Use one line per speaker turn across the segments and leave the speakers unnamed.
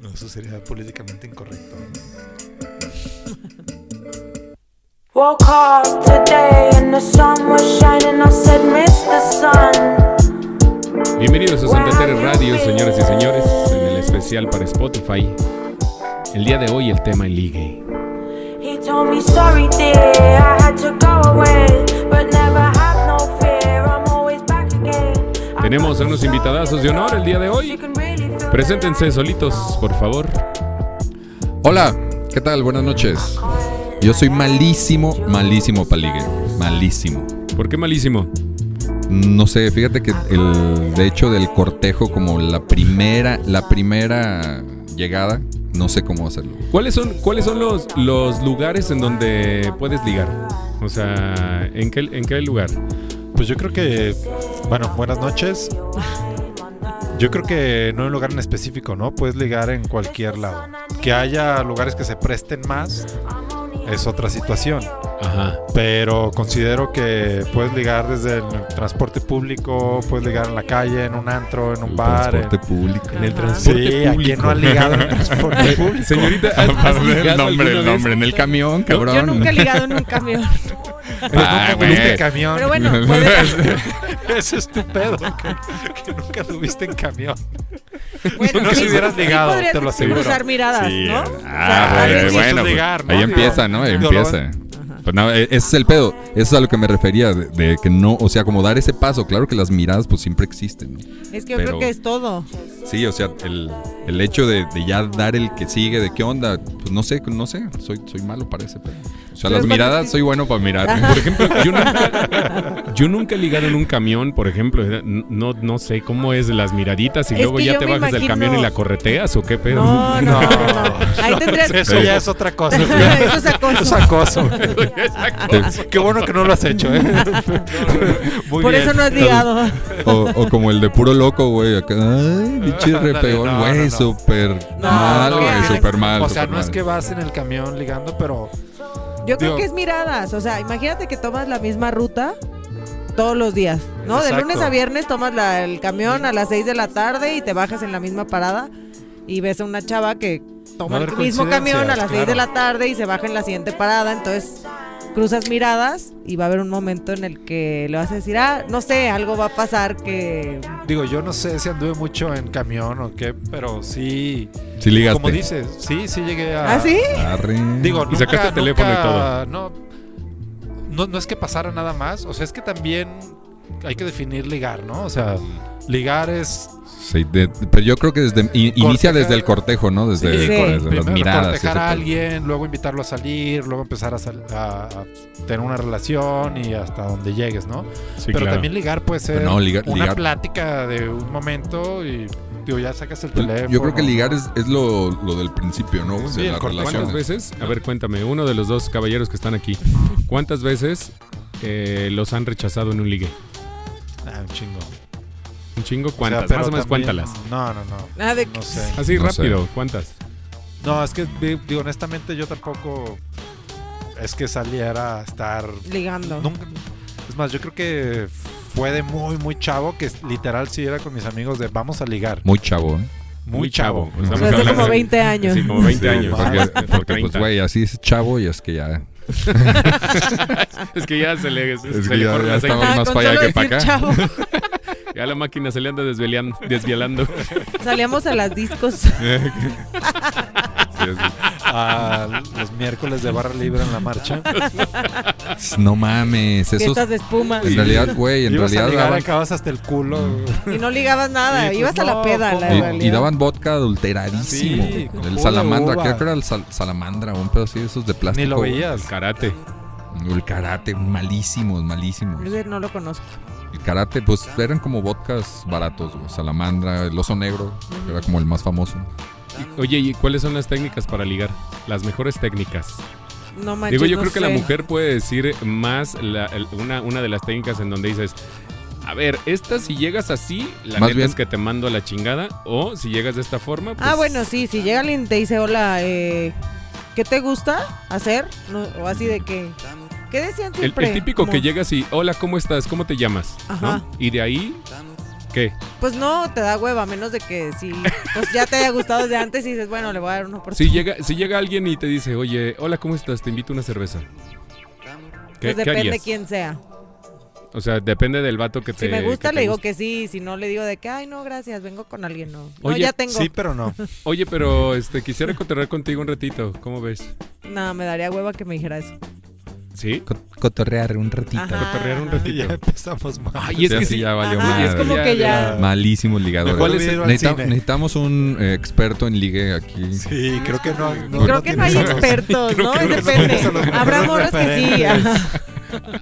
No, eso sería políticamente incorrecto.
Woke up today and the sun was shining. I said, Miss the sun.
Bienvenidos a Santa Teresa Radio, señoras y señores, en el especial para Spotify. El día de hoy el tema en ligue.
He told me, Sorry, dear, I had to go away. But never have no fear, I'm always back again.
Tenemos a unos invitadazos de honor el día de hoy. Preséntense solitos, por favor.
Hola, ¿qué tal? Buenas noches. Yo soy malísimo, malísimo paligue. Malísimo.
¿Por qué malísimo?
No sé, fíjate que el de hecho del cortejo como la primera, la primera llegada, no sé cómo hacerlo.
¿Cuáles son, cuáles son los, los lugares en donde puedes ligar? O sea, ¿en qué, en qué lugar?
Pues yo creo que. Bueno, buenas noches. Yo creo que no hay un lugar en específico, ¿no? Puedes ligar en cualquier lado. Que haya lugares que se presten más es otra situación.
Ajá.
Pero considero que puedes ligar desde el transporte público, puedes ligar en la calle, en un antro, en un
El
bar. en-
transporte público.
En el
Sí,
transporte
¿a quién
público.
no ha ligado en el transporte público?
Señorita, ¿has- has
Aparte del
ligado
nombre, el
alguna vez?
nombre, en el camión, cabrón.
Yo nunca he ligado en un camión.
Pero
Ah,
nunca tuviste
güey.
camión.
Pero bueno, puedes,
Ese es tu pedo, que, que nunca tuviste en camión.
bueno,
Nunca
sí,
se hubieras
sí
ligado,
podrías
te lo aseguro.
cruzar miradas,
Sí,
¿no?
ah,
O sea,
güey,
alguien-
eso es
bueno, pues,
ligar, ¿no?
ahí
Digo,
empieza, ¿no? Ahí
digo,
empieza. Pues nada, e- ese es el pedo. Eso es a lo que me refería, de, de que no, o sea, como dar ese paso. Claro que las miradas pues siempre existen. ¿no?
Es que yo
pero-
creo que es todo.
Sí, o sea, el, el hecho de, de ya dar el que sigue, de qué onda, pues no sé, no sé, soy, soy malo para ese pedo. O sea,
Pero
las
es
miradas
parte-
soy bueno para mirar. ¿eh?
Por ejemplo, yo nunca, yo nunca he ligado en un camión, por ejemplo. Era- No, no sé cómo es las miraditas y
Es
luego
que
ya
yo
te
me
bajas del
imagino-
camión y la correteas o qué pedo.
No, no, no. no. Ahí tendrías.
pues Eso ya es otra cosa.
Eso es acoso.
Eso es acoso. güey. Qué bueno que no lo has hecho, ¿eh? Muy
Por
bien.
eso no has ligado.
O, o como el de puro loco, güey, acá, ay, pinche
Ah, Ándale,
repegón,
no, no,
güey,
no.
súper
No,
mal,
no,
güey,
no,
súper mal.
O sea,
súper
no es
mal.
que vas en el camión ligando, pero
Yo creo
Digo-
que es miradas. O sea, imagínate que tomas la misma ruta todos los días, ¿no? De
Exacto.
lunes a viernes tomas la- el camión a las 6 de la tarde y te bajas en la misma parada y ves a una chava que
Va a
toma
haber
el mismo camión a las 6 de
coincidencias,
la tarde y se baja en la siguiente parada. Entonces cruzas miradas y va a haber un momento en el que le vas a decir, ah, no sé, algo va a pasar que...
digo, yo no sé si anduve mucho en camión o qué, pero sí.
Sí ligaste.
Como dices, sí, sí llegué a.
¿Ah, sí?
Arre.
Digo,
Y sacaste
nunca-
el teléfono y
nunca-
todo.
No, no, no es que pasara nada más. O sea, es que también hay que definir ligar, ¿no? O sea, ligar es
Sí, de- pero yo creo que desde i- inicia
Cortejar.
desde el cortejo, ¿no? Desde,
Sí.
con- desde
primero
las miradas.
cortejar
ese
a
pedo.
alguien, luego invitarlo a salir, luego empezar a, sal- a- a tener una relación y hasta donde llegues, ¿no?
Sí,
Pero
claro.
también ligar puede ser
Pero no, ligar-
una
ligar-
plática de un momento y digo, ya sacas el
Yo-
teléfono.
Yo creo que ligar es, es lo, lo del principio, ¿no?
Sí,
de
el
las
corte-
relaciones.
¿Cuántas veces? A ver, cuéntame, uno de los dos caballeros que están aquí, ¿cuántas veces eh, los han rechazado en un ligue?
Ah, un chingo. O sea,
¿Un chingo? ¿Cuántas?
pero
Más o menos
también-
cuéntalas.
No, no, no.
Ah, de-
No sé.
Así
No sé.
rápido, ¿cuántas?
No, es que di- digo, honestamente yo tampoco es que saliera a estar
Ligando.
nunca es más, yo creo que fue de muy muy chavo que literal si era con mis amigos de vamos a ligar.
Muy chavo, ¿eh?
Muy, chavo.
O sea,
O
estamos
sea, hace
hablando
como
de-
20 años.
Sí, como 20
Sí,
años.
Porque, porque,
30.
pues, güey, así es chavo y es que ya.
es que ya se le, se
Es
le
que ya,
corre el
ya
aceite.
estamos
Ah,
más
con
para allá
solo
que para acá.
decir chavo.
Ya la máquina se le anda desvelando- desvialando.
Salíamos a las discos.
Sí,
A los miércoles de barra libre en la marcha.
es- No mames, esos.
Fiestas de espuma.
En realidad, güey, en
Ibas a
realidad
ligar,
daban. Mm,
acabas hasta el culo.
Y no ligabas nada,
Sí, pues,
ibas a
no,
la peda,
¿cómo?
la
en
Y,
realidad.
y daban vodka adulteradísimo.
Sí,
güey,
con jugo
el
de
salamandra,
uva.
creo que era el sal- salamandra, un pedo así, esos de plástico.
Ni lo
güey.
veías.
El karate.
El karate, malísimos, malísimos.
Ese no lo conozco.
El karate, pues eran como vodkas baratos, güey. Salamandra, el oso negro, que era como el más famoso.
Y- Oye, ¿y cuáles son las técnicas para ligar? Las mejores técnicas.
No manches,
Digo, yo
no
creo que la
sé.
mujer puede decir más la- el- una, una de las técnicas en donde dices, a ver, esta si llegas así, la
Más
neta
bien-
es que te mando a la chingada, o si llegas de esta forma, pues,
Ah, bueno, sí, si llega alguien y te dice, hola, eh, ¿qué te gusta hacer? No, o así de que. ¿Qué decían
el,
siempre?
el típico
Como-
que llegas y, hola, ¿cómo estás? ¿Cómo te llamas?
Ajá.
¿No? Y de ahí ¿Qué?
Pues no, te da hueva, a menos de que si pues ya te haya gustado desde antes y dices, bueno, le voy a dar una
Si
oportunidad.
llega, si llega alguien y te dice, oye, hola, ¿cómo estás? Te invito a una cerveza. ¿Qué,
pues
qué
depende
harías?
quién sea.
O sea, depende del vato que te
Si me
que
gusta,
te
le digo
guste.
que sí. Si no, le digo de que, ay, no, gracias, vengo con alguien. No, No,
Oye,
ya tengo.
Sí, pero no.
Oye, pero este quisiera cotorrear contigo un ratito. ¿Cómo ves?
No, me daría hueva que me dijera eso.
¿Sí?
Cotorrear un ratito.
Ajá.
Cotorrear un
ya
ratito.
empezamos mal.
Ay, es
Sí,
que
sí,
sí.
ya valió
Ajá,
Oye, es
madre.
como que ya.
Malísimos ligadores.
Mejor hubiera ido al
Necesita-
cine.
necesitamos un eh, experto en ligue aquí.
Sí, creo que no.
Creo que no hay
tienes-
expertos,
Creo
¿no?
que no
Depende.
son los mejores
Habrá morras que sí.
referentes.
ajá.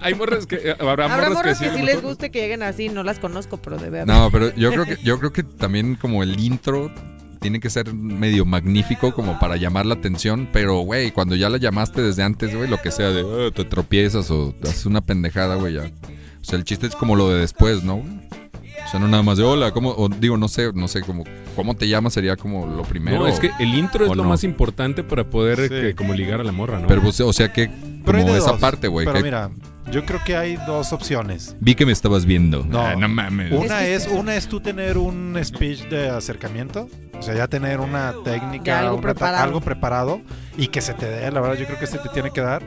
Hay morras que eh, habrá,
Habrá morras que
a lo
sí les
mejor-
guste que lleguen así. No las conozco, pero debe haber.
No, pero yo creo que yo creo que también como el intro tiene que ser medio magnífico como para llamar la atención, pero güey, cuando ya la llamaste desde antes, güey, lo que sea de "Ah, te tropiezas o haces una pendejada, güey, ya. O sea, el chiste es como lo de después, ¿no? O sea, no nada más de hola, ¿cómo? O digo, no sé, no sé, como, ¿cómo te llamas? Sería como lo primero.
No, es que el intro es
¿O
lo
no?
más importante para poder
Sí.
eh, que- como ligar a la morra, ¿no?
Pero, pues, o sea, que
Pero hay
como
de
esa
dos.
parte, güey.
Pero
que
mira, yo creo que hay dos opciones.
Vi que me estabas viendo.
No.
Ah, mames.
Una es, una es tú tener un speech de acercamiento, o sea, ya tener una técnica,
Ya algo
una ta-
preparado.
algo preparado y que se te dé, la verdad yo creo que se te tiene que dar.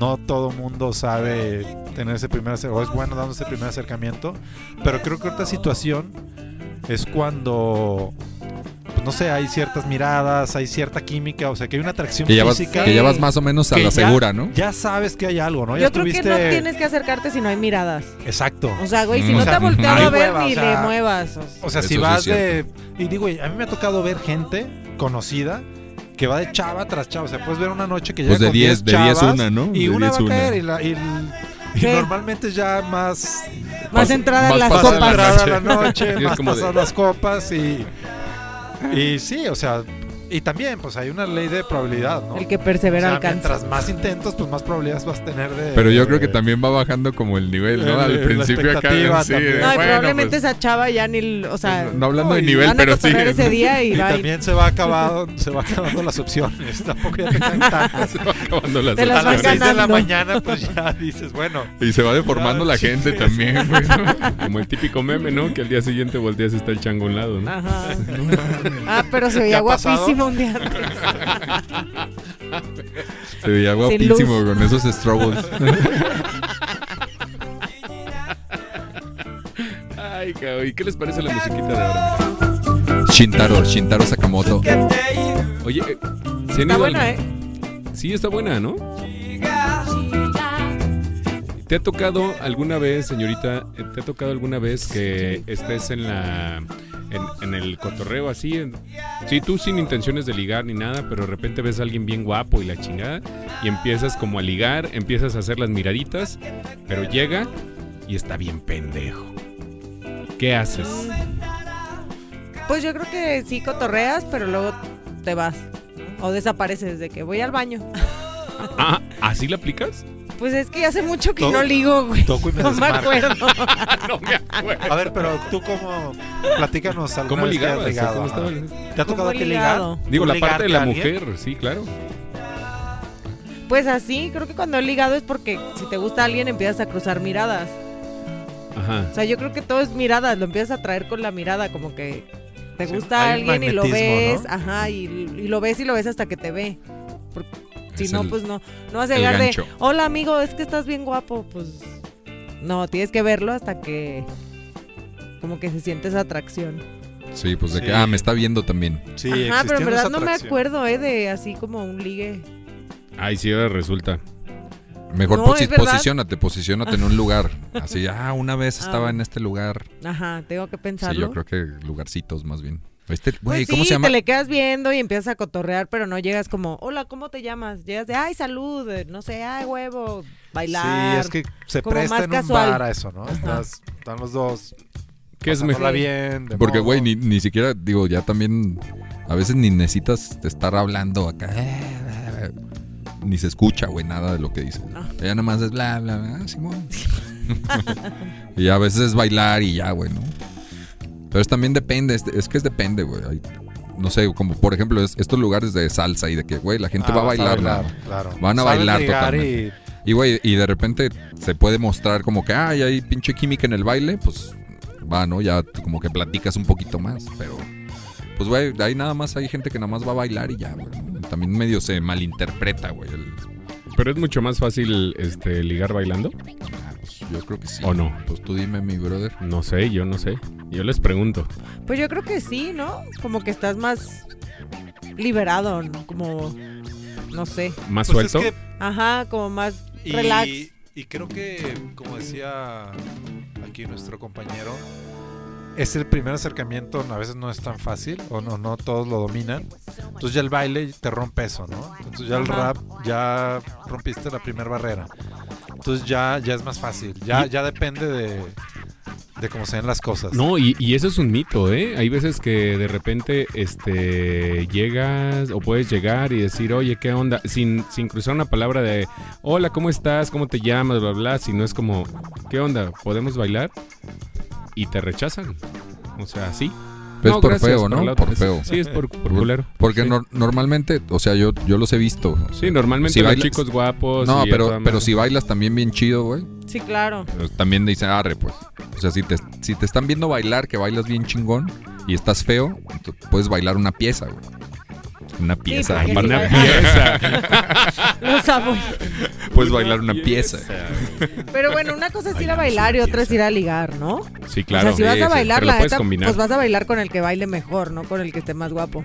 No todo mundo sabe tener ese primer acercamiento, o es bueno dando ese primer acercamiento, pero creo que otra situación es cuando, pues, no sé, hay ciertas miradas, hay cierta química, o sea, que hay una atracción
Que ya, vas,
física.
que ya vas más o menos a
que
la
ya-
segura, ¿no?
Ya sabes que hay algo, ¿no? Ya
Yo creo que
estuviste-
no tienes que acercarte si no hay miradas.
Exacto.
O sea, güey, si
Mm,
no
o
te
sea,
ha volteado
hay
a ver
hueva, o
ni
sea,
le muevas. o sea.
O sea,
Eso
si
sí
vas
es
de. Y digo, a mí me ha tocado ver gente conocida que va de chava tras chava. O sea, puedes ver una noche que llega
Pues de
con 10
10, de 10
chavas
una, ¿no?
Y
de
una
10
va a caer y, la- y- y
¿Qué?
normalmente ya más.
Más
Pas-
entrada
más
en las
Más
pasada la
copas.
entrada la
Y
noche,
es
más
como de-
pasar las copas y. Y sí, o sea. Y también, pues hay una ley de probabilidad, ¿no?
El que
O
persevera
sea,
alcanza.
mientras más intentos, pues más probabilidades vas a tener de.
Pero yo creo que también va bajando como el nivel, ¿no?
El-
Al
eh. la
principio acá.
expectativa
sí,
también.
de,
No, y
bueno,
probablemente
pues,
esa chava ya ni. l- O sea,
no hablando de
no, y
nivel,
van a
pero sí.
cotorrear ese día y,
Y
va y-
también se va acabado, se va acabando las opciones. Tampoco ya te quedan tantas.
Se va acabando la
Te las
a las 6
sesión.
vas
de la
ganando.
mañana, pues ya dices, bueno,
pues, Y se va deformando la
Sí,
gente
sí.
también, pues, güey.
Como el típico meme, ¿no? Que al día siguiente volteas y está el chango a un lado, ¿no?
Ajá. Ah, pero se veía
ha pasado?
guapísimo un día antes.
Se veía guapísimo
luz.
con esos strobos.
Ay, cabrón. ¿Y qué les parece la musiquita de ahora?
Shintaro, Shintaro Sakamoto.
Oye, eh, ¿se han
Está
ido
bueno,
al-
¿eh?
Sí, está buena, ¿no? ¿Te ha tocado alguna vez, señorita, eh, te ha tocado alguna vez que estés en la en, en el cotorreo así? en- sí, tú sin intenciones de ligar ni nada, pero de repente ves a alguien bien guapo y la chingada y empiezas como a ligar, empiezas a hacer las miraditas, pero llega y está bien pendejo. ¿Qué haces?
Pues yo creo que sí cotorreas, pero luego te vas. O desapareces de que voy al baño.
Ah, ¿así la aplicas?
Pues es que hace mucho que
Todo-
no ligo, güey.
toco y me
No me
desmarco.
acuerdo.
No me acuerdo.
A ver, pero tú cómo platícanos alguna
¿Cómo
vez que hayas
ligabas?
ligado,
¿Cómo estaba
ajá.
el-
¿Te ha tocado
¿Cómo
a ti
he
ligar?
ligado?
Digo,
¿Tú
la parte
ligarte
de
a
la
alguien?
mujer, sí, claro.
Pues así, creo que cuando he ligado es porque si te gusta alguien empiezas a cruzar miradas.
Ajá.
O sea, yo creo que todo es miradas, lo empiezas a traer con la mirada, como que te
Sí,
gusta
hay un
alguien y lo
magnetismo,
ves,
¿no?
ajá, y, y lo ves y lo ves hasta que te ve. Porque si
Es
no,
el-
pues no. No vas a
el
llegar de,
gancho.
hola amigo, es que estás bien guapo, pues no, tienes que verlo hasta que como que se siente esa atracción.
Sí, pues de
Sí.
que, ah, me está viendo también.
Sí,
ajá, pero en
existiendo esa
verdad no me
atracción.
acuerdo, eh, de así como un ligue.
Ay, sí, ahora resulta.
Mejor
No,
posi-
es verdad.
posicionate, posicionate en un lugar. Así, ah, una vez
Ah,
estaba
bueno.
en este lugar.
Ajá, tengo que pensarlo.
Sí, yo creo que lugarcitos más bien. Este,
Pues
güey, ¿cómo
sí,
se llama?
te le quedas viendo y empiezas a cotorrear, pero no llegas como, hola, ¿cómo te llamas? Llegas de, ay, salud, eh, no sé, ay, huevo,
Sí,
bailar.
es que se
como
presta
más
en
casual.
un bar a eso, ¿no? Estás- están los dos.
¿Qué es
pasándola
mejor?
bien. de
Porque,
modo.
güey, ni, ni siquiera, digo, ya también a veces ni necesitas estar hablando acá. Ni se escucha, güey, nada de lo que dice.
No.
Ya nada más es bla, bla, bla, ah, Simón. y a veces es bailar y ya, güey, ¿no? Pero es también depende, es, es que es depende, güey. Hay- No sé, como por ejemplo es- estos lugares de salsa y de que, güey, la gente
Ah,
va a
vas
bailar. ¿no?
claro.
Van a
Sabes
bailar
ligar y-
Y, güey, y de repente se puede mostrar como que, ay, hay pinche química en el baile, pues va, ¿no? Ya tú como que platicas un poquito más, pero pues güey, ahí nada más hay gente que nada más va a bailar y ya, güey. ¿no? También medio se malinterpreta, güey. el-
Pero es mucho más fácil este, ligar bailando.
ah, pues, yo creo que sí.
¿O no?
Pues tú dime, mi brother.
No sé, yo no sé. Yo les pregunto.
Pues yo creo que sí, ¿no? Como que estás más liberado, ¿no? como no sé.
¿Más
Pues es
suelto?
que-
Ajá, como más
y-
relax.
y creo que, como decía aquí nuestro compañero, es el primer acercamiento, a veces no es tan fácil, o no, no todos lo dominan. Entonces ya el baile te rompe eso, ¿no? Entonces ya el
Ajá.
rap, ya rompiste la primera barrera. Entonces ya, ya es más fácil, ya, ya depende de, de cómo se den las cosas.
No, y, y eso es un mito, ¿eh? Hay veces que de repente este, llegas o puedes llegar y decir, oye, ¿qué onda? Sin, sin cruzar una palabra de, hola, ¿cómo estás? ¿Cómo te llamas? Bla, bla, Si no es como, ¿qué onda? ¿Podemos bailar? Y te rechazan. O sea, sí.
Pero es Pues por
gracias,
feo, ¿no?
por la otra.
Por
Es-
feo.
Sí, es por, por culero.
Porque
sí.
nor- normalmente, o sea, yo, yo los he visto. o sea,
Sí, normalmente
Si
los
bailas-
chicos guapos. y a
No,
toda
pero,
madre.
pero si bailas también bien chido, güey.
Sí, claro.
pero eh, También dicen, arre, pues. O sea, si te, si te están viendo bailar, que bailas bien chingón y estás feo, ento- puedes bailar una pieza, güey. Una pieza,
porque
aparte.
si
Una
bailas-
pieza.
Los amo.
puedes bailar una pieza.
Pero bueno, una cosa es ir a
Bailamos
bailar y
una
otra es
pieza.
ir a ligar, ¿no?
Sí, claro.
o sea, si vas
sí,
a
sí,
bailar,
pero lo
la
puedes
neta,
combinar.
pues vas a bailar con el que baile mejor, no con el que esté más guapo.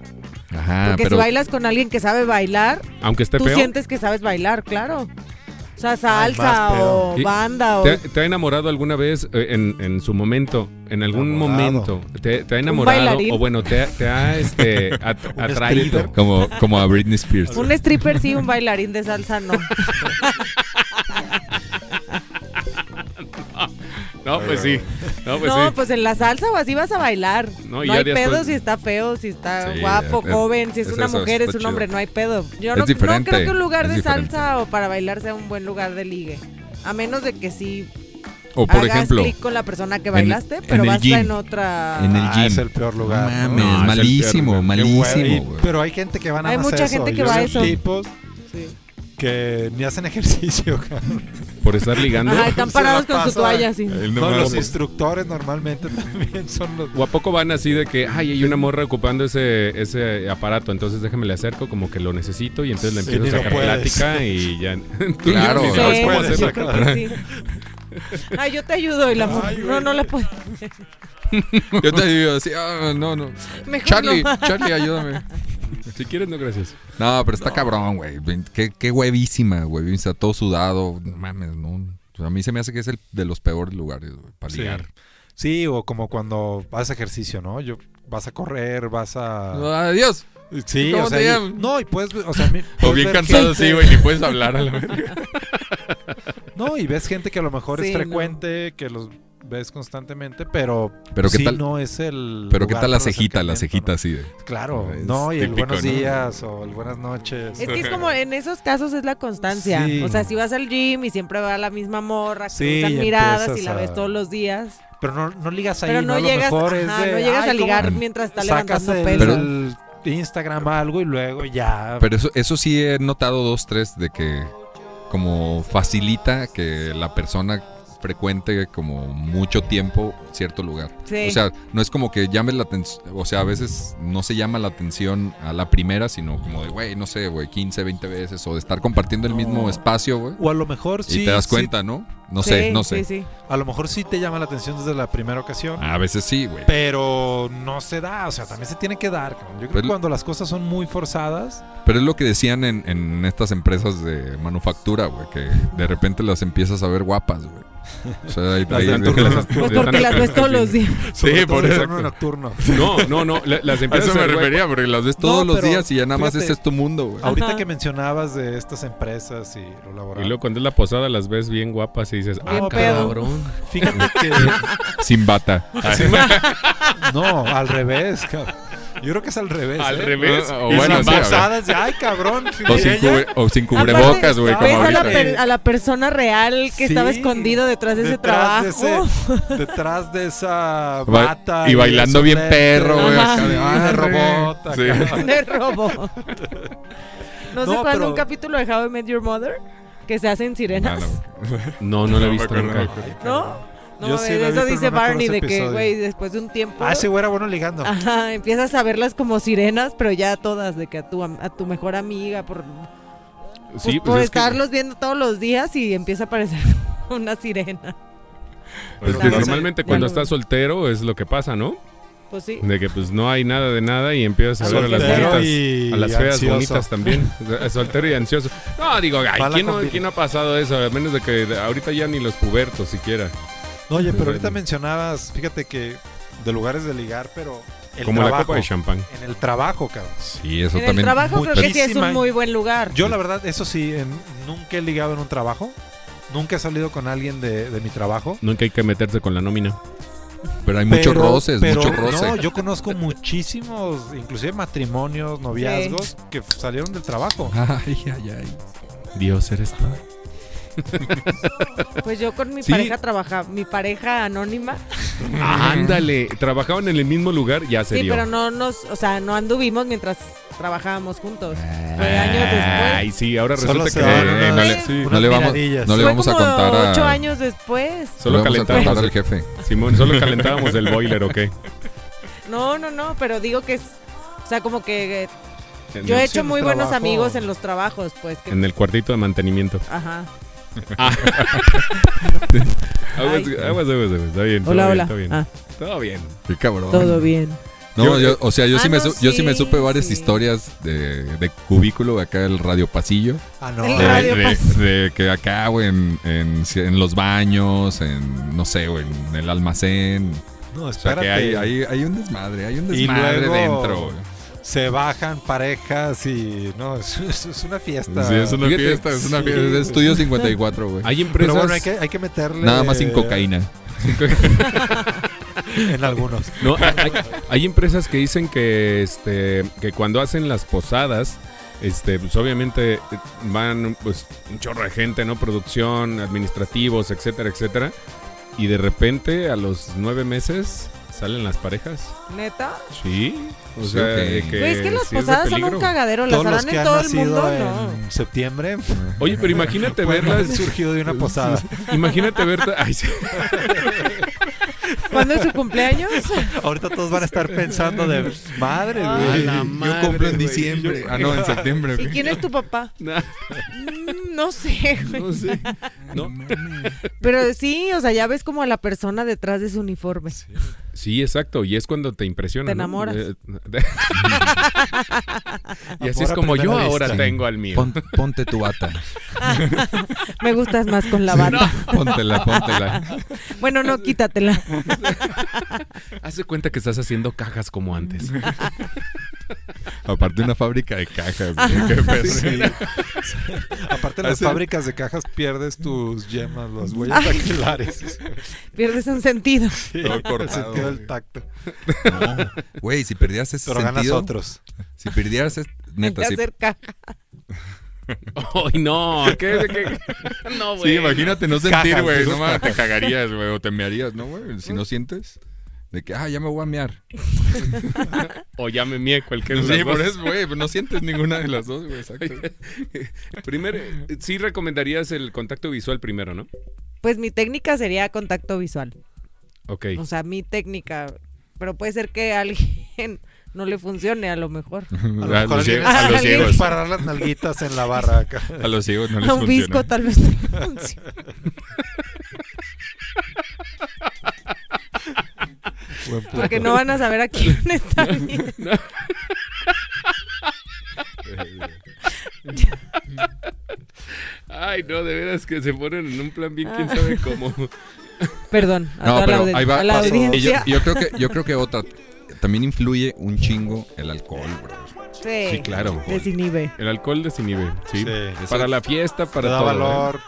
Ajá,
Porque
Ah, pero.
si bailas con alguien que sabe bailar,
Aunque esté
tú
feo.
sientes que sabes bailar, claro. O sea, salsa
más pedo.
o
Y-
banda o
¿Te, te ha enamorado alguna vez eh, en, en su momento? En algún
Enamorado.
momento. ¿Te, te ha enamorado?
bailarín.
O bueno, te, ha- te ha este, at- atraído.
stripper.
Como, como a Britney Spears.
un stripper sí, un bailarín de salsa no.
No, pues sí. No, pues
no,
sí.
pues en la salsa o así vas a bailar.
No,
No,
y ya
hay
después-
pedo si está feo, si está
Sí,
guapo,
es-
joven, si es,
es
una
eso,
mujer, es
está
un hombre,
chido.
no hay pedo. Yo
Es
no, no
diferente,
creo que un lugar
es
de
diferente.
salsa o para bailar sea un buen lugar de ligue. A menos de que sí
O por
hagas
ejemplo,
clic con la persona que
en-
bailaste,
en
pero
el
vas
gym.
en otra.
En el
Ah,
gym.
es el peor
No
lugar.
mames,
No, es el
malísimo,
peor,
Qué
malísimo,
hueva. Y-
güey.
pero hay gente que va a
Hay mucha gente que va a eso.
tipos
Sí.
que ni hacen ejercicio, cabrón.
Por estar ligando.
pues, Ajá, están
Se la
parados con su
pasa.
toalla así.
El
No,
número-
los instructores normalmente también son los.
¿O a poco van así de que, ay, hay una morra ocupando ese, ese aparato, entonces déjame le acerco, como que lo necesito, y entonces le
Sí,
empiezo
ni
a
lo
sacar
puedes.
plática y ya. Tú ya
Claro.
ni sabes
Sí,
cómo
puedes
hacerlo.
yo creo que sí. Ay, yo te ayudo y la mu-
Ay, güey.
No, no le puedo.
Yo te digo así, ah, no, no.
Mejor
Charlie,
no.
Charlie, ayúdame.
Si quieres, no, gracias.
No, pero está cabrón, güey. Qué, qué huevísima, güey. Está todo sudado. No mames, no. O sea, a mí se me hace que es el de los peores lugares, güey, para
Sí.
ligar.
Sí, o como cuando vas a ejercicio, ¿no? Yo vas a correr, vas a
Adiós.
Sí,
¿Cómo
o sea,
te
y-
llamas?
no, y puedes, o sea, mi-
O
puedes
bien
ver
cansado
gente-
así, güey, ni puedes hablar a la verga.
No, y ves gente que a lo mejor
Sí,
es
no.
frecuente, que los ves constantemente, pero
Pero qué
sí
tal,
no es el
pero qué
lugar
tal la
para el
cejita, la
acercamiento,
cejita así de.
¿no? Claro,
Es
no, y el
típico,
buenos
¿no?
días o el buenas noches.
Es que es como en esos casos es la constancia.
Sí.
O sea, si vas al gym y siempre va la misma morra, que
Sí,
usan
y
miradas y
empiezas
la ves
a-
todos los días.
Pero no, no ligas ahí,
pero no,
A lo
llegas,
mejor es
ajá,
de,
no llegas
"Ay,
a
¿cómo
ligas
¿cómo?
mientras está
sacas
levantando
el,
peso.
Instagram algo y luego ya.
Pero eso, eso sí he notado dos, tres de que como facilita que la persona frecuente como mucho tiempo cierto lugar.
Sí.
O sea, no es como que llames la atención, o sea, a veces no se llama la atención a la primera, sino como de, güey, no sé, güey, 15, 20 veces, o de estar compartiendo el mismo
No.
espacio, güey.
o a lo mejor sí,
y te das
sí-
cuenta, ¿no? No sé,
Sí,
no sé.
Sí, sí.
a lo mejor sí te llama la atención desde la primera ocasión,
A veces sí, güey.
pero no se da, o sea, también se tiene que dar. cabrón. Yo creo
Pero-
que cuando las cosas son muy forzadas,
Pero es lo que decían en, en estas empresas de manufactura, güey, que de repente las empiezas a ver guapas, güey. O sea, ahí-
Las
ahí-
nocturnas.
Pues porque las ves todos los días.
sobre
Sí,
todo
por
el
eso.
turno nocturno.
No, no, no. la- Las
A
empresas.
eso me
güey,
refería, porque las ves todos
No,
los
pero
días y ya nada más
fíjate.
este es tu mundo, güey.
Ahorita
Ajá.
que mencionabas de estas empresas y lo laboral,
Y luego cuando es la posada las ves bien guapas y dices, ah,
Bien pedo.
cabrón.
fíjate que
Sin bata.
no, al revés, cabrón. Yo creo que es al revés.
Al
¿eh?
revés.
Ah, O
Y
bueno,
las
sí, a ver. Pues
forzadas de, ay, cabrón.
O
y
sin,
ella-
cubre- o sin cubrebocas, güey,
Aparte,
como
¿Ves a la,
ahorita.
per- a la persona real que
Sí,
estaba escondido detrás de ese
detrás
trabajo?
de ese- detrás de esa
Ba-
bata.
y bailando
esos
bien
lentes,
perro,
güey,
ajá,
acá
de,
sí,
ah,
de
re.
robot.
Sí.
acá.
de robo. No, sé
No,
cuál,
pero-
un capítulo de How I Met Your Mother que se hacen sirenas,
Ah, No,
No,
no.
no la he visto
me acuerdo.
nunca.
¿no? No,
Yo
mames,
sí la vi,
eso
pero
dice
no me acuerdo
Barney,
ese
de que,
episodio.
güey, después de un tiempo.
Ah, ese güey era bueno ligando.
Ajá, empiezas a verlas como sirenas, pero ya todas, de que a tu, am- a tu mejor amiga, por, pues,
Sí,
por
pues es que-
estarlos viendo todos los días y empieza a aparecer una sirena.
pero
Pues
Pero
pues normalmente
ya
cuando
lo vi.
estás soltero es lo que pasa, ¿no?
Pues sí.
De que pues no hay nada de nada y empiezas a ver a las
Soltero
bonitas.
y
A las feas
ansioso.
bonitas también. Eh, Soltero y ansioso. No, digo, ay,
Mala
¿quién, no,
combina-
quién no ha pasado eso? A menos de que ahorita ya ni los pubertos siquiera.
No, oye, pero ahorita mencionabas, fíjate que de lugares de ligar, pero el
Como la
trabajo,
copa de champán.
en el trabajo, cabrón.
Sí, eso
En el
también.
trabajo creo que sí es
muchísima-
un muy buen lugar.
Yo la verdad, eso sí, en- nunca he ligado en un trabajo. Nunca he salido con alguien de, de mi trabajo.
Nunca hay que meterse con la nómina.
Pero hay muchos
Pero-
roces,
pero
mucho roce.
No, yo conozco muchísimos, inclusive matrimonios, noviazgos, que f- salieron del trabajo.
Ay, ay, ay.
Dios, eres tú.
Pues yo con mi
Sí.
pareja trabajaba, mi pareja anónima.
Ándale, trabajaban en el mismo lugar, ya se
Sí,
dio.
pero no nos, o sea, no anduvimos mientras trabajábamos juntos. Fue años después.
Ah, Ay, sí, ahora
Solo
resulta
se
que
dan
eh,
unas-
no le-
unas
sí,
Unas
No le vamos,
miradillas.
no le
Fue
vamos a
como
contar a.
ocho años después.
no le
solo
vamos a contar
calentábamos.
al jefe.
Simón, solo calentábamos el boiler, ¿ok?
No, no, no, pero digo que es, o sea, como que eh, yo
el-
he
sí,
hecho
en
muy
el
buenos
trabajo.
amigos en los trabajos, pues. que-
En Ah. el cuartito de mantenimiento.
Ajá.
Aguas,
Ay.
aguas, aguas, aguas. Está bien. todo
Hola,
bien,
hola.
Todo bien.
Ah,
Todo bien.
Qué cabrón.
todo bien.
No,
Yo- eh,
yo- o sea, yo,
Ah,
sí me,
no,
su- yo sí me
sí,
supe varias
sí.
historias de, de cubículo acá el radio pasillo.
Ah, no.
El
De,
radio
de-
pas-
de que acá, güey, en, en, en los baños, en, no sé, güey, en el almacén.
No,
O sea,
espérate.
que hay, hay, hay un desmadre, hay un
Y
desmadre
luego-
dentro, güey.
Se bajan parejas y. No, es, es- es una fiesta.
Sí, es una
Fíjate,
fiesta, es una
sí,
fiesta.
Es Estudio 54, güey.
Hay empresas.
Pero bueno, hay que, hay que meterle.
Nada más sin cocaína.
En algunos.
No, hay, hay empresas que dicen que este que cuando hacen las posadas, este, pues obviamente eh, van pues un chorro de gente, ¿no? Producción, administrativos, etcétera, etcétera. Y de repente, a los nueve meses, salen las parejas.
¿Neta?
Sí. O
Sí,
sea,
ok.
de que.
Güey, es que las
sí es de
posadas son un
peligro.
cagadero, las
Todos los
harán
que
en
han
todo el mundo,
nacido
no.
en septiembre
Oye, pero imagínate
pueden haber
verlas.
surgido de una posada.
Imagínate ver. Ay, sí.
¿Cuándo es su cumpleaños?
Ahorita todos van a estar pensando de madre,
Ah,
güey.
la
yo
madre,
compro en
güey.
diciembre.
Yo-
Ah, no, en septiembre.
¿Y
güey.
quién es tu papá? Mm, no sé, güey.
No sé. No.
Pero sí, o sea, ya ves como a la persona detrás de su uniforme.
Sí, exacto. Y es cuando te impresiona.
Te
¿no?
enamoras.
Eh, y así es
Amor a
como yo
primera
ahora
vista.
tengo al mío.
Pon- ponte tu bata.
Me gustas más con la bata.
Póntela, póntela.
Bueno, no, quítatela.
Hace cuenta que estás haciendo cajas como antes.
Aparte, una fábrica de cajas. güey, qué perro.
Sí. Aparte, en las
Hace-
fábricas de cajas pierdes tus yemas, las huellas dactilares.
Pierdes un sentido.
Todo cortado,
sentido del
güey.
tacto.
No, Güey, si perdías ese
Pero ganas
sentido,
otros.
si perdías, es- neta,
de
si,
hacer caja.
¡Ay, no! ¿Qué, qué- qué? No,
Sí,
güey.
imagínate no
Cajas,
sentir, güey.
digo.
No mames, te cagarías, güey, o te mearías, ¿no, güey? Si no sientes, de que, ah, ya me voy a mear.
O ya me mié cualquier de las
Sí, por
dos.
eso, güey, pues no sientes ninguna de las dos, güey, exacto.
Primero, eh, sí recomendarías el contacto visual primero, ¿no?
Pues mi técnica sería contacto visual.
Ok.
O sea, mi técnica. Pero puede ser que a alguien no le funcione a lo mejor.
A lo mejor alguien-
a los
alguien
ciegos.
parar las nalguitas en la barra acá.
A los ciegos no les
A un visco
funciona.
tal vez no le funcione.
Buen punto.
Porque no van a saber a quién está bien.
Ay, no, de veras que se ponen en un plan bien,
Ah.
quién sabe cómo.
Perdón, a
No,
toda la,
pero
audi-
ahí va-
a la
pasó. Y yo,
audiencia.
yo creo que, yo creo que otra. También influye un chingo el alcohol, bro.
Sí,
Sí, claro.
Desinhibe.
El alcohol desinhibe, sí.
Sí.
Para la fiesta, para
Te da
todo, ¿eh?
valor.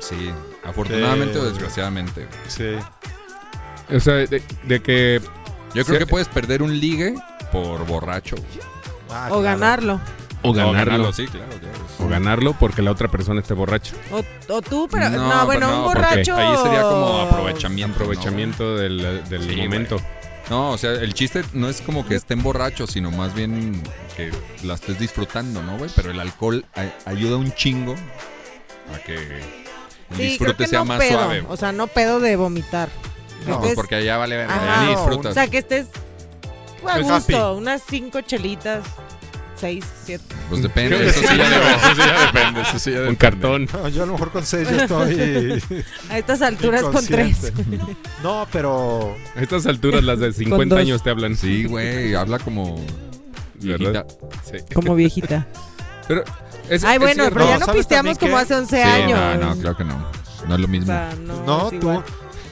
Sí, afortunadamente
Sí.
o desgraciadamente. güey.
Sí.
¿eh? O sea, de, de que
Yo creo
Sí.
que puedes perder un ligue por borracho.
Ah, claro.
O ganarlo.
o
No,
ganarlo,
sí, claro. claro.
o ganarlo porque la otra persona esté borracha.
O, o tú, pero.
No,
No,
pero
bueno,
no,
un
porque
borracho.
ahí sería como aprovechamiento.
Aprovechamiento del, del
Sí, güey.
momento.
No, o sea, el chiste no es como que estén borrachos, sino más bien que la estés disfrutando, ¿no, güey? Pero el alcohol a- ayuda un chingo a que el
Sí, creo
disfrute
que
sea
no
más
pedo.
suave.
O sea, no pedo de vomitar. Que
No,
estés-
porque allá vale verga,
Ajá,
allá ni
o-
disfrutas.
O sea, que estés a
Pues
gusto,
happy.
unas cinco chelitas, seis, siete.
Pues
Creo
depende,
que
eso sí
sí.
ya depende, eso sí ya depende, eso sí ya
Un
depende.
cartón.
No, yo a lo mejor con seis ya estoy
A estas alturas con tres.
inconsciente. No, pero
A estas alturas, las de 50
dos.
años te hablan.
Sí, güey, habla como
¿Verdad?
viejita.
Sí.
Como viejita.
Pero es-
Ay,
es
bueno,
cierto.
pero ya
No,
no
¿sabes también
pisteamos
qué?
como hace 11
Sí,
años.
no, no, claro que no. No es lo
O
mismo.
sea, no,
no,
es
tú
igual.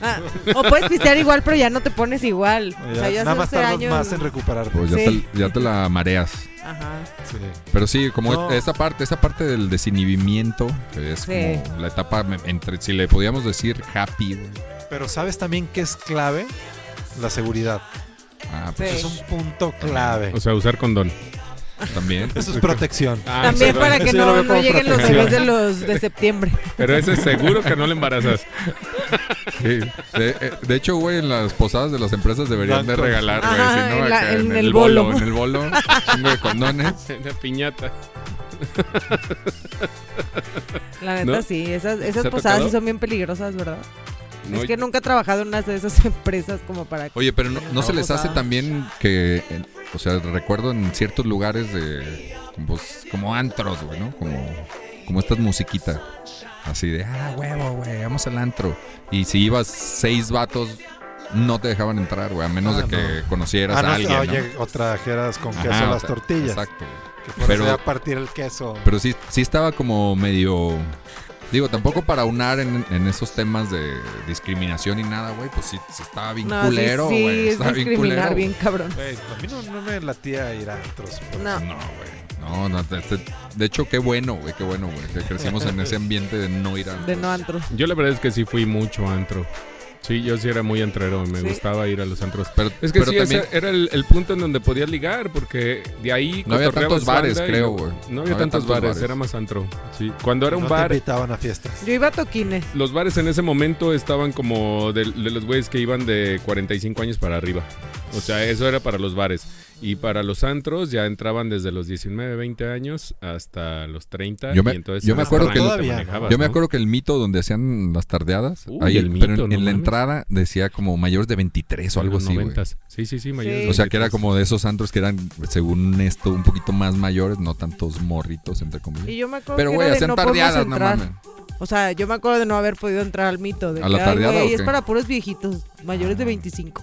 Ah, o puedes pistear igual, pero ya no te pones igual. o
ya,
sea, ya
eh, nada
hace
más
11
tardas
años.
más en recuperarte.
Pues ya,
Sí.
te, ya te la mareas.
Ajá.
Sí.
Pero sí, como
No.
esa parte, esa parte del desinhibimiento, que es
Sí.
como la etapa me- entre, si le podíamos decir happy, güey.
Pero sabes también que es clave la seguridad.
Ah,
Sí.
pues
Es un punto clave.
O sea, usar condón.
pues, también.
Eso es protección.
Ah,
También
sí,
para que
Sí, lo
no,
veo
no
como
lleguen los
protección.
bebés de los de septiembre.
Pero ese es seguro que no le embarazas.
Sí. De, eh, de hecho, güey, en las posadas de las empresas deberían de
Blancos.
regalar, güey.
Ajá,
si no,
en la-
acá
en el bolo.
En el bolo, un chingo de condones.
La piñata.
La neta
¿No?
sí, esas,
¿Se
esas
ha
posadas
tocado?
sí son bien peligrosas, ¿verdad?
No,
Es que nunca he trabajado en una de esas empresas como para...
Oye, pero no, no se
pues,
les hace
ah.
Posada.
también que, en- o sea, recuerdo en ciertos lugares de, pues, como antros, güey, ¿no? Como, como estas musiquitas. Así de, ah, huevo, güey, vamos al antro. Y si ibas seis vatos, no te dejaban entrar, güey, a menos
Ah,
de que conocieras
Ah, no,
a alguien. ¿no?
oye, o trajeras con queso
Ajá, o
las
sea,
tortillas.
Exacto. güey.
Que fueras
Pero-
ahí a partir el queso.
Pero sí, sí estaba como medio. Digo, tampoco para unar en, en esos temas de discriminación y nada, güey. Pues sí, sí estaba bien
No, sí,
culero,
sí,
güey.
es
estaba bien culero.
discriminar
güey.
bien cabrón.
Güey, a mí no, no me latía ir a otros.
No.
No, güey. No, no. te- te- de hecho, qué bueno, güey. Qué bueno, güey. Que crecimos en ese ambiente de no ir a.
De no antro.
Yo la verdad es que sí fui mucho antro. Sí, yo sí era muy antrero, me
Sí.
gustaba ir a los antros.
Pero,
Es que
pero
sí,
también.
ese era el, el punto en donde podías ligar, porque de ahí...
No había
cotorreabas
tantos bares,
banda y
creo,
no-
güey.
No, había tantos, bares, era más antro. Sí. Cuando era un
no
bar,
te invitaban a fiestas.
Yo iba a toquines.
los bares en ese momento estaban como de, de los güeyes que iban de 45 años para arriba. O sea, eso era para los bares. Y para los antros ya entraban desde los 19, 20 años hasta los 30.
Yo me-
y entonces
yo me
era
acuerdo
cuando
que-
te
Todavía, ¿no?
manejabas,
Yo me
¿no?
acuerdo que el mito donde hacían las tardeadas,
Uy,
ahí,
el mito,
pero en,
no
en la
mames.
entrada decía como mayores de 23 o algo
Los
así, güey.
noventas. Sí, sí, sí, mayores
Sí.
de
O sea, que era
23.
como de esos antros que eran, según esto, un poquito más mayores, no tantos morritos, entre
Y
comillas.
yo me acuerdo
Pero,
que
güey,
era de
hacían
no podemos
tardeadas, no
entrar.
mames.
o sea, yo me acuerdo de no haber podido entrar al mito. De
¿A la
que, ay,
tardeada
güey,
o
es
qué? Ah.
para puros viejitos, mayores de 25.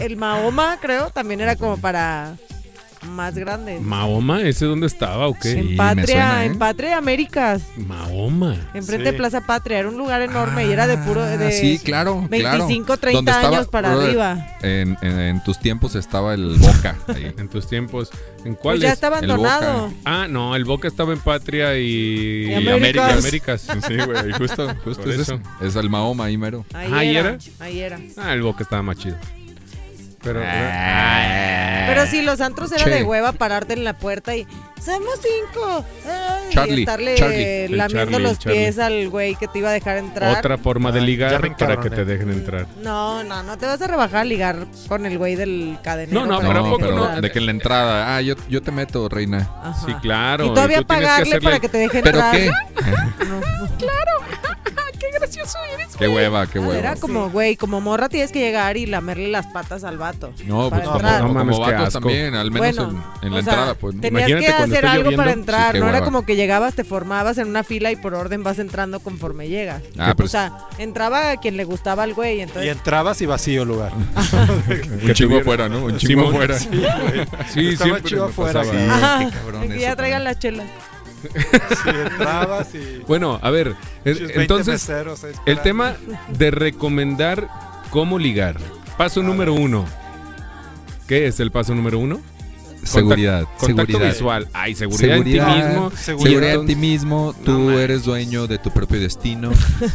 El Mahoma, creo, también era como para más grandes.
¿Mahoma? ¿Ese dónde estaba o qué?
Sí,
en
me
Patria,
suena, ¿eh?
en Patria Américas,
Mahoma.
enfrente
Sí.
de Plaza Patria, era un lugar enorme y era de puro de
Ah, sí, claro, claro.
25, 30
Donde estaba,
años para
brother,
arriba.
En, en- en tus tiempos estaba el Boca. ahí.
En tus tiempos. ¿En
Pues
cuáles?
ya está
El Boca.
abandonado.
Ah, no, el Boca estaba en Patria y,
Y Américas.
Y Américas. Sí, güey, justo,
Justo es eso. Es el Mahoma ahí mero.
Ahí,
Ah, ¿y
era,
era?
Ahí era.
Ah, el Boca estaba más chido. Pero
Ah.
eh,
Pero sí, los antros era
Che.
de hueva pararte en la puerta y somos cinco. Ay,
Charlie,
y estarle
Charlie,
el
lamiendo
Charlie, el
los
Charlie.
pies al güey que te iba a dejar entrar.
otra forma de
Ay, ya
ligar
me
para que te
encabroné.
dejen entrar.
No, no, no te vas a rebajar a ligar con el güey del cadenero.
No, no,
para
pero
que
¿a poco
te
pero
no?
entrar.
de que en la entrada, ah, yo, yo te meto, reina.
Ajá.
Sí, claro.
Y todavía
tú tienes que
pagarle para
hacerle-
que te deje
¿Pero
entrar.
qué?
No, no.
Qué hueva, qué
Ah,
hueva.
Era como, güey, como morra tienes que llegar y lamerle las patas al vato.
No, pues
para
como,
entrar.
como
No mames, qué
vatos
asco.
también, al menos
Bueno,
en, en la
o sea,
entrada, pues. ¿no?
Tenías
Imagínate
que
cuando
hacer
esté
algo para
lloviendo.
entrar,
Sí, qué
no era
hueva.
como que llegabas, te formabas en una fila y por orden vas entrando conforme llegas.
Ah, pero
o sea, entraba a quien le gustaba al güey,
Y
entonces
entrabas y vacío el lugar.
Ah,
Un chingo
tuviera-
afuera, ¿no? Un chingo
Simón.
afuera.
Sí,
Estaba
siempre
chido
me
afuera,
pasaba.
sí.
Ay, qué cabrón
aquí
eso,
ya traigan
güey.
las chelas.
Sí, entrabas y.
Bueno, a ver,
pinches 20
Pues, entonces
meseros ahí
el
esperando.
tema de recomendar cómo ligar. Paso número uno. ¿Qué es el paso número uno?
Seguridad,
Contacto
seguridad.
visual. Ay, seguridad, en ti
Seguridad,
mismo.
Seguridad en
entonces-
ti mismo,
No
tú
mames.
eres dueño de tu propio destino,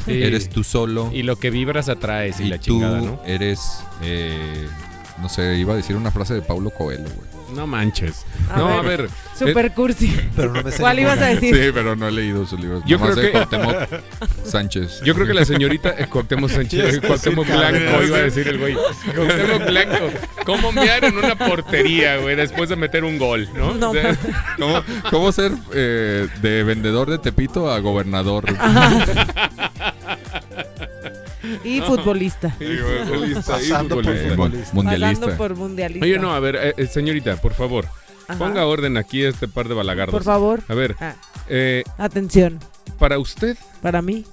Sí.
eres tú solo
Y lo que vibras atraes y,
y
la
tú
chingada, ¿no?
eres eh, No sé, iba a decir una frase de Paulo Coelho, güey.
No manches.
A
no,
ver.
a ver.
Super
Eh,
cursi.
Pero no me sé
¿Cuál ibas
ninguna.
a decir?
Sí, pero no he leído su libro.
eh, Yo
Nomás
creo
de
que-
Cuauhtémoc Sánchez.
Yo creo que la señorita eh, Cuauhtémoc Sánchez, eh, Cuauhtémoc Blanco iba a decir el güey. Cuauhtémoc Blanco, ¿cómo mear en una portería, güey, después de meter un gol, no?
No,
O sea,
¿Cómo, cómo ser eh, de vendedor de Tepito a gobernador?
Y futbolista.
y futbolista, y
Pasando por
futbolista.
Mon-
Mundialista.
mundialista.
Pasando por mundialista.
Oye, no, a ver, eh, eh, señorita, por favor,
Ajá.
ponga orden aquí a este par de balagardos.
Por favor.
A ver,
Ah,
eh,
atención.
para usted,
Para mí.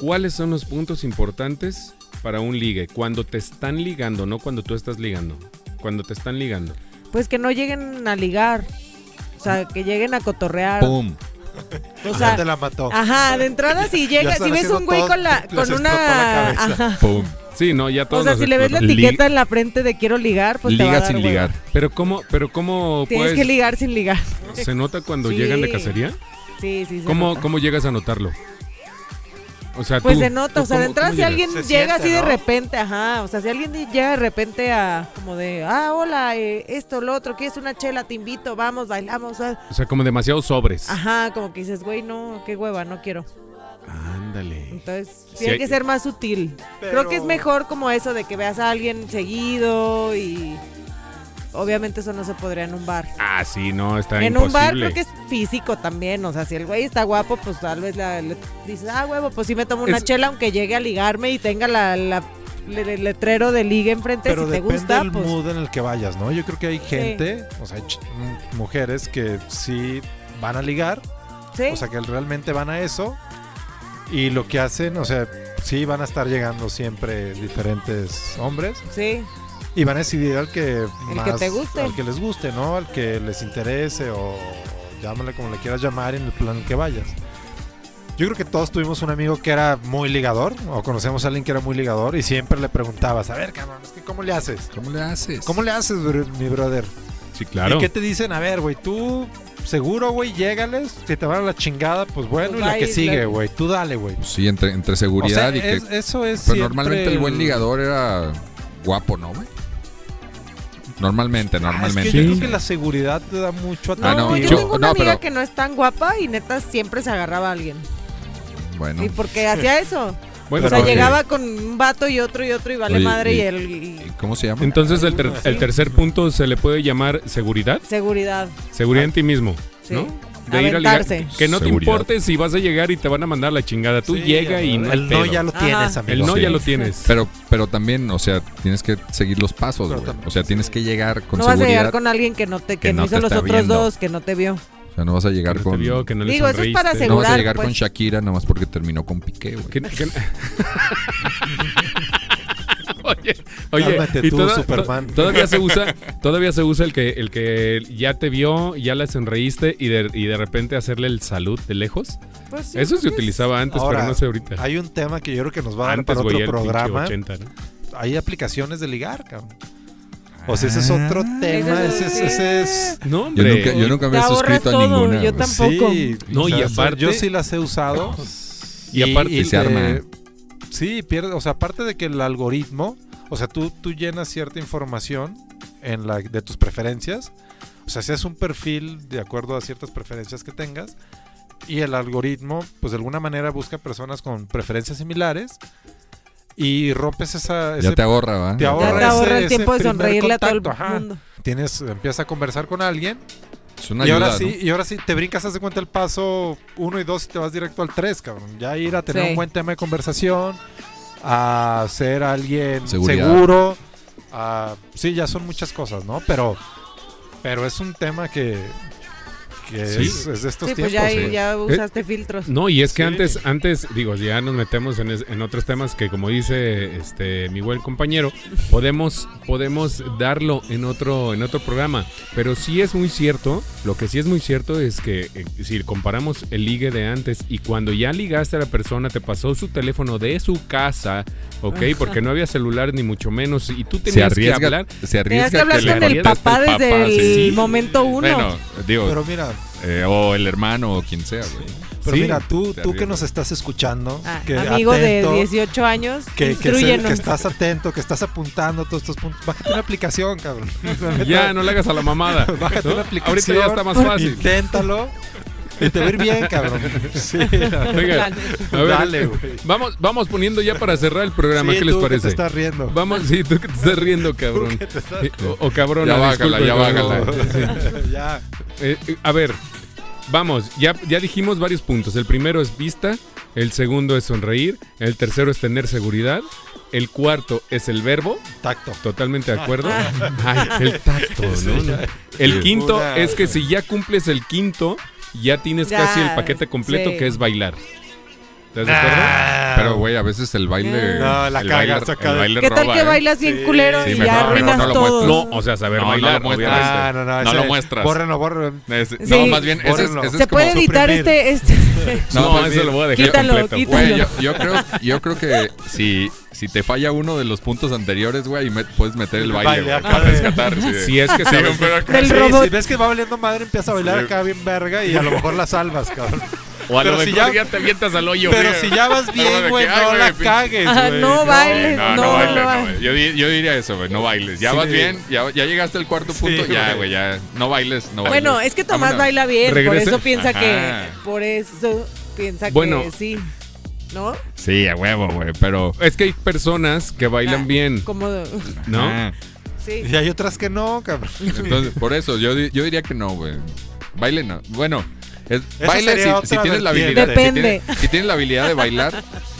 ¿cuáles son los puntos importantes para un ligue? Cuando te están ligando, no cuando tú estás ligando. Cuando te están ligando.
Pues que no lleguen a ligar. O sea, que lleguen a cotorrear.
¡Pum!
O
Ah,
sea,
te la mató.
ajá, de entrada si
Ya
llega,
están
si ves
haciendo
un güey
todos-
con la
les
con
explotó
una
la cabeza.
ajá.
¡Pum!
Sí, no, ya
O
todos
sea,
nos
si le ves la
explotó.
etiqueta en la frente de quiero ligar, pues te va a
Liga
dar
sin
hueva.
ligar.
Pero cómo, pero cómo
Tienes
puedes-
que ligar sin ligar.
se nota cuando
Sí.
llegan de cacería.
Sí, sí, sí.
¿Cómo, cómo llegas a notarlo? O sea,
Pues
tú-
se nota,
tú
o sea,
cómo-
de entrada
cómo
si
llegas?
alguien
Se
llega
siente,
así de
¿no?
repente, ajá, o sea, si alguien de- llega de repente a como de, ah, hola, eh, esto, lo otro, ¿quieres una chela? Te invito, vamos, bailamos, ah,
O sea, como demasiados sobres.
ajá, como que dices, güey, no, qué hueva, no quiero.
Ándale.
Entonces,
Sí
tiene
hay-
que ser más sutil. Creo
Pero-
que es mejor como eso de que veas a alguien seguido y obviamente eso no se podría en un bar.
Ah, sí, no, está
en
imposible.
un bar creo que es físico también, o sea, si el güey está guapo, pues tal vez la- le dices, ah, huevo, pues sí me tomo una
Es-
chela aunque llegue a ligarme y tenga la, la- le- el letrero de liga enfrente,
Pero
si te
depende
gusta,
del
pues...
mood en el que vayas, ¿no? Yo creo que hay gente, o sea, hay ch- m- mujeres que sí van a ligar,
Sí,
o sea, que realmente van a eso. Y lo que hacen, o sea, sí van a estar llegando siempre diferentes hombres
sí,
y van a decidir al que
que
más,
te guste.
al que les guste, ¿no? Al que les interese o llámale como le quieras llamar en el plan que vayas. Yo creo que todos tuvimos un amigo que era muy ligador o conocemos a alguien que era muy ligador y siempre le preguntabas, a ver, cabrón, es que ¿cómo le haces?
¿Cómo le haces?
¿Cómo le haces, bro- mi brother?
Sí, claro.
¿Y qué te dicen? A ver, güey, tú seguro, güey, llégales. Si te van a la chingada, pues bueno,
Pues
y la
va
que
y
sigue,
la-
güey, tú dale, güey.
Pues Sí, entre, entre
O
seguridad
sea,
y que...
es- eso es.
Pero
siempre
normalmente el buen ligador era guapo, ¿no, güey? Normalmente,
Ah, es
normalmente.
que yo creo que la seguridad te da mucho
No,
Ah,
atractivo.
no,
yo,
yo-
tengo una
no,
amiga
pero-
que no es tan guapa y neta siempre se agarraba a alguien.
Bueno,
Sí, porque hacía eso.
Bueno,
o sea,
Pero-
llegaba con un vato y otro y otro y vale
Oye,
madre y,
y-
el
¿y
y
¿cómo se llama?
entonces el, ter- el tercer punto se le puede llamar seguridad.
seguridad.
Seguridad en ti mismo,
Sí.
¿no? De ir a ligar.
Aventarse.
Que no
Seguridad.
te importe si vas a llegar y te van a mandar la chingada. Tú
Sí,
llega y
el
no. hay
El no
pedo.
ya lo
Ajá.
tienes, amigo.
El no
Sí.
ya lo tienes.
Pero, pero también, o sea, tienes que seguir los pasos,
Pero
güey.
también-
O sea, tienes que llegar con
no vas a
seguridad.
llegar con alguien que no te que,
que
no
no
hizo
te
los
está
otros
viendo.
dos que no te vio.
O sea, no vas a
Que
llegar
no te
con...
vio, que no le
Digo, eso es para
sonreíste.
No vas a
asegurar,
llegar con
pues.
Shakira nomás porque terminó con Piqué, güey.
Que- que- oye,
Cálmate
y
tú,
toda-
Superman.
to- todavía se usa, todavía se usa el que el que ya te vio, ya la sonreíste y de, y de repente hacerle el salud de lejos.
Pues sí,
Eso se
pues,
utilizaba antes,
Ahora,
pero no sé ahorita.
Hay un tema que yo creo que nos va a dar
antes
para otro
güey, el pinche
programa.
80, ¿no?
Hay aplicaciones de ligar, cabrón. O sea, ese es otro tema.
Ah,
Ese
Ese es
es.
otro
Ese es
No,
Yo
hombre.
nunca, yo nunca me
Te
he
ahorras
suscrito
todo,
a ninguna. güey.
yo tam- tampoco.
No, y aparte-
Yo sí las he usado.
Y aparte-
Y se
le-
arma.
Sí, pierde, o sea, aparte de que el algoritmo, o sea, tú, tú llenas cierta información en la, de tus preferencias, o sea, si haces un perfil de acuerdo a ciertas preferencias que tengas, y el algoritmo, pues de alguna manera busca personas con preferencias similares y rompes esa...
Ya
ese-
te ahorra, ¿va?
te ahorra.
Ya te
ese-
ahorra el
ese
tiempo de
primer
sonreírle a todo el
contacto, ajá.
mundo.
tienes, empiezas a conversar con alguien
Es una
y
ayuda,
ahora
¿no?
sí, y ahora sí te brincas, haz de cuenta el paso 1 y 2 y te vas directo al 3, cabrón. Ya ir a tener
Sí.
un buen tema de conversación, a ser alguien
Seguridad.
seguro, a- sí, ya son muchas cosas, ¿no? Pero pero es un tema que que
Sí.
es, es de estos
Sí, pues
tiempos. Eh,
ya,
güey.
ya usaste filtros.
No, y es que
Sí.
antes, antes, digo, ya nos metemos en, es- en otros temas que como dice este mi buen compañero, podemos, podemos darlo en otro, en otro programa. Pero sí es muy cierto, lo que sí es muy cierto es que eh, si comparamos el ligue de antes y cuando ya ligaste a la persona, te pasó su teléfono de su casa, ok, porque no había celular ni mucho menos, y tú
Se
tenías que
arriesga,
hablar.
se
Tenías que
arriesga
hablar
que le
con el
conteste
papá
el
desde
papá,
el
sí.
momento uno.
Bueno, digo,
Pero mira,
Eh, o el hermano o quien sea, güey.
Pero
Sí,
mira, tú,
te
tú que
arriesgas.
nos estás escuchando,
Ah,
que
amigo
atento,
de 18 años,
que, que, se-
instruyenos.
que estás atento, que estás apuntando todos estos puntos. Bájate una aplicación, cabrón.
Ya, no le hagas a la mamada.
Bájate
¿no?
una
Ahorita
aplicación.
ya está más fácil.
Inténtalo. Y te va a ir bien, cabrón. Sí.
Oiga, a ver,
Dale, güey.
vamos, vamos poniendo ya para cerrar el programa.
Sí,
¿Qué les
tú que
parece?
te estás riendo.
Vamos, sí, tú que te estás riendo, cabrón. Eh, O, o cabrón,
Ya bájala, ya bájala.
ya.
Eh, eh, a ver, vamos, ya, ya dijimos varios puntos. El primero es vista, el segundo es sonreír, el tercero es tener seguridad, el cuarto es el verbo,
Tacto.
totalmente de acuerdo. Ay, el tacto, ¿no? El quinto
Una-
es que si ya cumples el quinto, ya tienes
Ya,
casi el paquete completo
sí.
que es bailar. ¿Estás de
Ah.
acuerdo?
Ah.
Pero, güey, a veces el
Eh,
baile.
No, la
el
cagas,
baile-
saca
el
de-
baile
¿Qué tal
roba,
que
eh.
bailas bien
Sí.
culero
Sí,
y
mejor,
ya
mejor
arruinas
no lo
todo?
No, o sea, saber
No, no
bailar,
lo muestras.
obviamente.
Ah, no, no.
No
ese-
lo muestras.
Bórrenlo, bórrenlo.
Ese-
Sí.
No, más bien, ese es,
Bórrenlo.
ese es
¿Se
como.
puede editar
suprimir.
este, este?
No,
Ah, No, pues, más
eso
bien-
lo voy a dejar
Quítalo,
completo.
quítalo.
Güey, yo, yo creo, yo creo que si, si te falla uno de los puntos anteriores, güey, me- puedes meter el baile,
Baile,
güey,
acá
para
de-
rescatar. sí, de-
Si es que
Sí,
sabes-
pero acá-
Del
Sí,
robot.
Si ves que va valiendo madre, empieza a bailar acá bien verga y a lo mejor la salvas, cabrón.
O a lo
Pero si
mejor
ya-
ya te avientas al hoyo,
Pero
güey.
si ya vas
No,
bien,
de
güey,
que, ay,
no
güey,
la
pinche-
cagules,
Ajá,
güey.
Ah, no bailes,
Eh, No,
no,
no,
no
bailes, no,
bailes.
güey. yo, di- yo diría eso, güey, no bailes. Ya
Sí.
vas bien, ya, ya llegaste al cuarto punto, ya,
güey.
güey, ya. No bailes, no bailes.
Bueno, es que Tomás
Vámonos.
baila bien,
Regrese.
por eso piensa
Ajá.
que por eso piensa
Bueno.
que sí. ¿No?
Sí, a huevo, güey, pero.
Es que hay personas que bailan
Ah,
bien,
Como
¿no?
Ah,
sí.
Y hay otras que no, cabrón.
entonces, por eso, yo, di- yo diría que no, güey. Baile no. Bueno. es-
Eso
baile
sería
si-
otra
si, tienes la
vertiente.
habilidad. si
Depende.
tienes- si tienes la habilidad de bailar,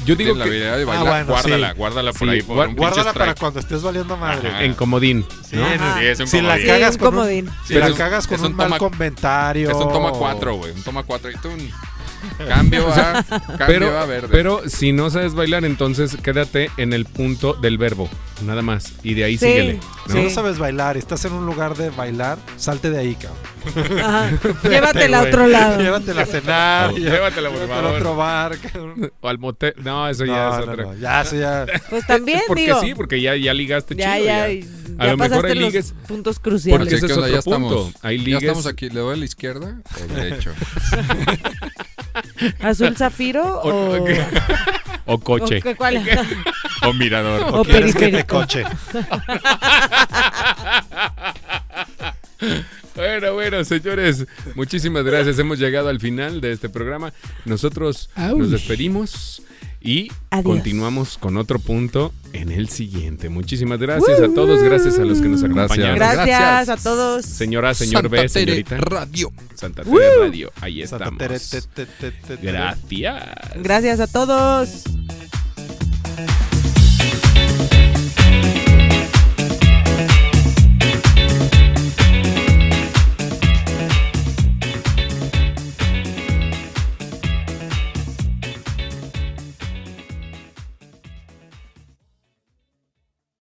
Yo
Digo
digo
la
que
habilidad de bailar,
bueno,
guárdala,
sí.
guárdala por
Sí,
ahí. Por
guar-
un pinche
Guárdala para
strike.
cuando estés valiendo madre.
Ajá.
güey.
Eh, en comodín.
Sí,
¿no?
en-
Ajá.
Sí, es un
si la
comodín.
cagas
Sí, un
con un,
comodín.
si
Sí,
la
es-
cagas
es
con
un
un, mal
toma-
comentario.
Es un toma 4, güey. Un toma 4. Y tú un cambio a, cambio
Pero,
a verde.
pero si no sabes bailar, entonces quédate en el punto del verbo, nada más. Y de ahí
Sí.
síguele. ¿no?
Si
Sí.
no sabes bailar, estás en un lugar de bailar, salte de ahí, cabrón.
Ajá. Llévatela a
Güey,
otro lado.
Llévatela a cenar.
Llévatela, por
Llévatela a
favor.
otro bar, cabrón.
O al motel. No, eso ya
No,
es
no,
otra.
no, Ya, eso ya.
Pues también
Porque
digo.
sí, porque ya, ya ligaste
ya,
chido.
ya,
Ya,
ya,
A lo mejor
pasaste
hay
los
ligues.
puntos
Porque
cruciales.
ese es
onda?
otro
ya estamos.
punto. Hay
Ya
ligues-
estamos aquí. ¿Le doy a la izquierda o derecho?
¿Azul zafiro o,
ok. O coche.
o qué- cuál?
o mirador.
o
¿Quieres que te
periférico?
coche?
Bueno, bueno, señores, muchísimas gracias. Hemos llegado al final de este programa. Nosotros nos despedimos y
Adiós.
continuamos con otro punto en el siguiente. Muchísimas gracias a todos, gracias a los que nos acompañaron.
Gracias.
Gracias a todos.
Señora, señor
Santa
B,
Tere
señorita.
Radio.
Santa Tere Radio, ahí
Santa
estamos.
Tere, te, te, te, te, te.
Gracias.
Gracias a todos.